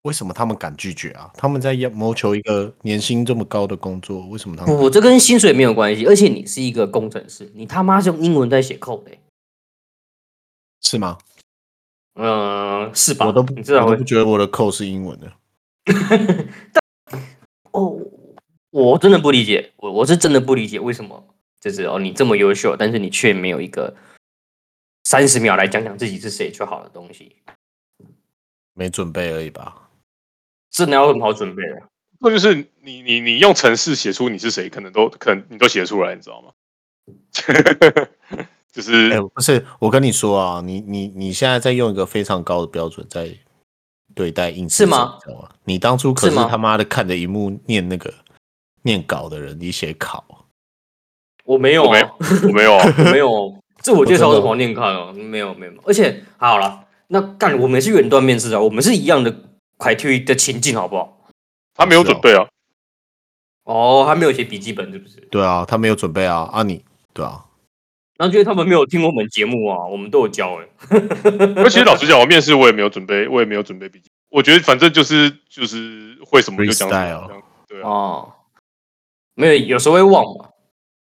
Speaker 5: 为什么他们敢拒绝啊？他们在要谋求一个年薪这么高的工作，为什么他们
Speaker 1: 不不，这跟薪水没有关系，而且你是一个工程师，你他妈是用英文在写 code 的欸、
Speaker 5: 是吗？
Speaker 1: 嗯，是吧？
Speaker 5: 我都不，
Speaker 1: 你知道
Speaker 5: 我
Speaker 1: 会
Speaker 5: 都不觉得我的扣是英文的。
Speaker 1: 哦，我真的不理解，我我是真的不理解为什么就是哦，你这么优秀，但是你却没有一个三十秒来讲讲自己是谁就好的东西，
Speaker 5: 没准备而已吧。
Speaker 1: 真的要有什么好准备的？
Speaker 3: 那就是你你你用程式写出你是谁，可能都可能你都写出来，你知道吗？ 就是
Speaker 5: 哎、不是，我跟你说啊，你你你现在在用一个非常高的标准在对待应试
Speaker 1: 是吗
Speaker 5: 者？你知道吗？啊你当初可
Speaker 1: 是
Speaker 5: 是
Speaker 1: 吗
Speaker 5: 他妈的看着荧幕念那个念稿的人，你写考，
Speaker 1: 我没有
Speaker 3: 我没
Speaker 1: 啊，
Speaker 3: 我没有啊，
Speaker 1: 我没有哦，这我介绍
Speaker 5: 我
Speaker 1: 是
Speaker 5: 真的
Speaker 1: 黄念看哦，没有没有，没有而且好了，那干我们是远端面试啊，我们是一样的 criteria 的情境，好不好？
Speaker 3: 他没有准备啊，
Speaker 1: 哦，他没有写笔记本是不是？
Speaker 5: 对啊，他没有准备啊啊你对啊，
Speaker 1: 然后觉得他们没有听我们节目啊，我们都有教哎、
Speaker 3: 而且老实讲，我面试我也没有准备，我也没有准备笔记。我觉得反正就是就是会什么就讲什
Speaker 5: Freestyle
Speaker 3: 么这样，对啊，
Speaker 1: 哦，没有，有时候会忘 嘛。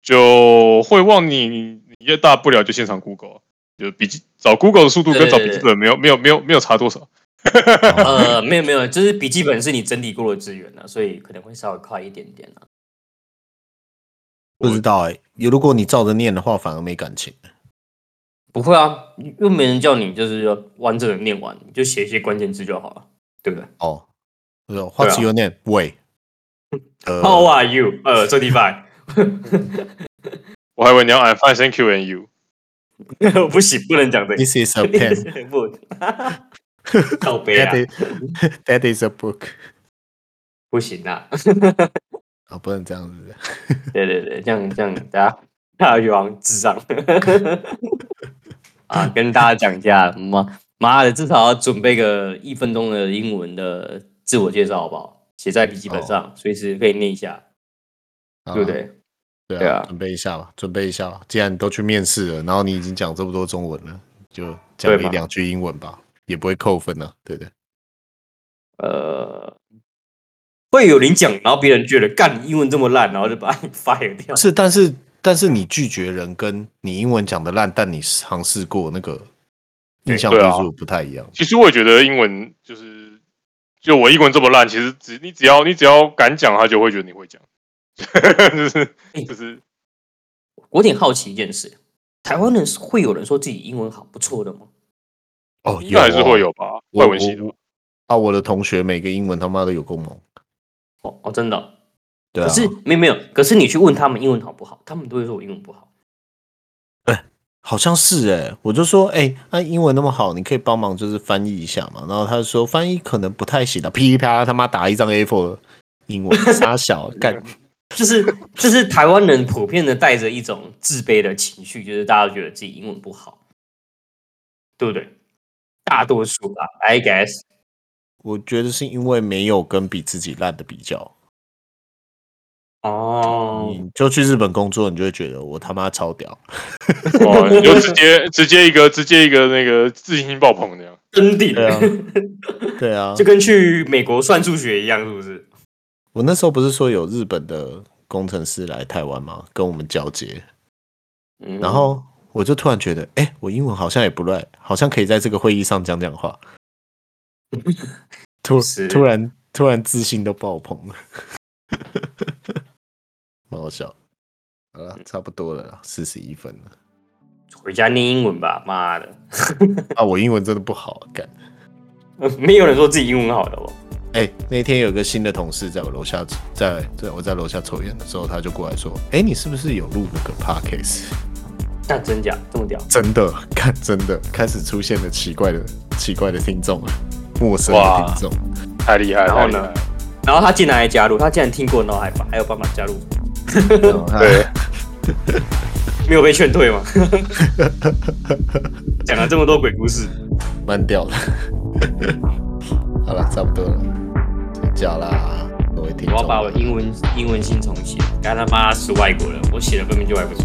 Speaker 3: 就会忘你你也大不了就现场 Google，啊就笔记找 Google 的速度跟找笔记本没有没有没有没有差多少。
Speaker 1: 呃，没有没有，就是笔记本是你整理过的资源啊，所以可能会稍微快一点点啊。
Speaker 5: 不知道哎、如果你照着念的话，反而没感情。
Speaker 1: 不会啊，又没人叫你就是要完整的念完，你就写一些关键字就好了。对不对
Speaker 5: 哦，我说 What's
Speaker 1: 啊
Speaker 5: your name？喂，
Speaker 1: ？How
Speaker 5: 呃，
Speaker 1: are you？呃，twenty five，
Speaker 3: 我还以为你要 I'm fine, thank you and you。
Speaker 1: 不行，不能讲这个。
Speaker 5: This is a pen.
Speaker 1: 不，靠背啊，
Speaker 5: That is, that is a book.
Speaker 1: 不行啊！
Speaker 5: 啊、不能这样子。
Speaker 1: 对对对，这样这样，大家大家就往智障 啊！跟大家讲一下，妈妈的，至少要准备个一分钟的英文的自我介绍，好不好？写在笔记本上，随时可以念一下，
Speaker 5: 好啊
Speaker 1: 对不？对？
Speaker 5: 对
Speaker 1: 对
Speaker 5: 啊
Speaker 1: 啊，
Speaker 5: 准备一下吧，准备一下吧。既然你都去面试了，然后你已经讲这么多中文了，就讲
Speaker 1: 对
Speaker 5: 一
Speaker 1: 嘛
Speaker 5: 两句英文吧，也不会扣分呢、对不对？
Speaker 1: 呃，会有领奖，然后别人觉得干你英文这么烂，然后就把你 fire 掉。
Speaker 5: 是，但是但是你拒绝人，跟你英文讲的烂，但你尝试过那个印象
Speaker 3: 对啊
Speaker 5: 分数不太一样。
Speaker 3: 其实我也觉得英文就是，就我英文这么烂，其实只你只要你只要敢讲，他就会觉得你会讲， 就是
Speaker 5: 哎
Speaker 3: 就是
Speaker 1: 我有点好奇一件事，台湾人会有人说自己英文好不错的吗？
Speaker 5: 哦，
Speaker 3: 应该还是
Speaker 5: 哦
Speaker 3: 会有吧，
Speaker 5: 我
Speaker 3: 外文系的
Speaker 5: 我啊，我的同学每个英文他妈都有够猛。
Speaker 1: 哦哦，真的哦、
Speaker 5: 对啊，
Speaker 1: 可是没有没有，可是你去问他们英文好不好，他们都会说我英文不好。
Speaker 5: 好像是哎、我就说哎，那、英文那么好，你可以帮忙就是翻译一下嘛。然后他就说翻译可能不太行啊，噼里啪啦他妈打一张 A4 英文，傻小干，
Speaker 1: 就是就是台湾人普遍的带着一种自卑的情绪，就是大家都觉得自己英文不好，对不对？大多数吧，I guess。
Speaker 5: 我觉得是因为没有跟比自己烂的比较。
Speaker 1: 哦，
Speaker 5: 你就去日本工作，你就会觉得我他妈超 屌。
Speaker 3: 哇，哦你就直接直接一个直接一个那个自信心爆棚这样。
Speaker 1: 真的，
Speaker 5: 对啊对啊
Speaker 1: 就，跟去美国算数学一样，是不是？
Speaker 5: 我那时候不是说有日本的工程师来台湾嘛，跟我们交接，
Speaker 1: 嗯
Speaker 5: 然后我就突然觉得，哎、我英文好像也不赖，好像可以在这个会议上讲讲 话。突
Speaker 1: 是
Speaker 5: 突然突然自信都爆棚 了，蛮好笑。好
Speaker 1: 嗯
Speaker 5: 了，差不多了啦，四十一分了。
Speaker 1: 回家念英文吧，妈的，
Speaker 5: 啊，我英文真的不好，干。
Speaker 1: 没有人说自己英文好的哦。
Speaker 5: 哎、那天有个新的同事在我楼下，在在我在楼下抽烟的时候，他就过来说：“哎、你是不是有录那个 podcast？”
Speaker 1: 但真假这么屌，
Speaker 5: 真的，看真的开始出现了奇怪的奇怪的听众了，陌生的听众。
Speaker 3: 太厉害了！
Speaker 1: 然后
Speaker 3: 太厉害
Speaker 1: 呢
Speaker 3: 了？
Speaker 1: 然后他竟然还加入，他竟然听过，然后还还有办法 加入，
Speaker 5: 然后他
Speaker 3: 对，
Speaker 1: 没有被劝退吗？ 讲了这么多鬼故事，
Speaker 5: 慢掉了。 好了，差不多了，睡觉啦，各位听
Speaker 1: 我
Speaker 5: 众。
Speaker 1: 要把我英文英文信重写，干他妈是外国人，我写的分明就还不错。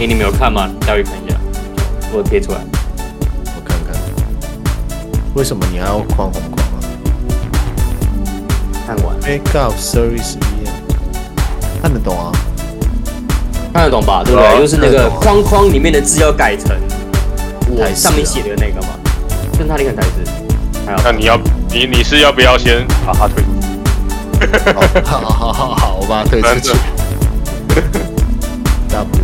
Speaker 1: 哎、你没有看吗？待会看一下，我贴出来。
Speaker 5: 我看看，为什么你还要狂红狂啊
Speaker 1: 看完
Speaker 5: ？Make up service VM，看得懂啊？
Speaker 1: 看得懂吧？对不
Speaker 3: 对啊
Speaker 1: 对？就是那
Speaker 5: 看得
Speaker 1: 个
Speaker 5: 懂啊
Speaker 1: 框框里面的字要改成我
Speaker 5: 台式啊
Speaker 1: 上面写的那个嘛，跟他那个台词。还有
Speaker 3: 那你要你你是要不要先把他推出去？
Speaker 5: 好好好好好，我把它推出去。大不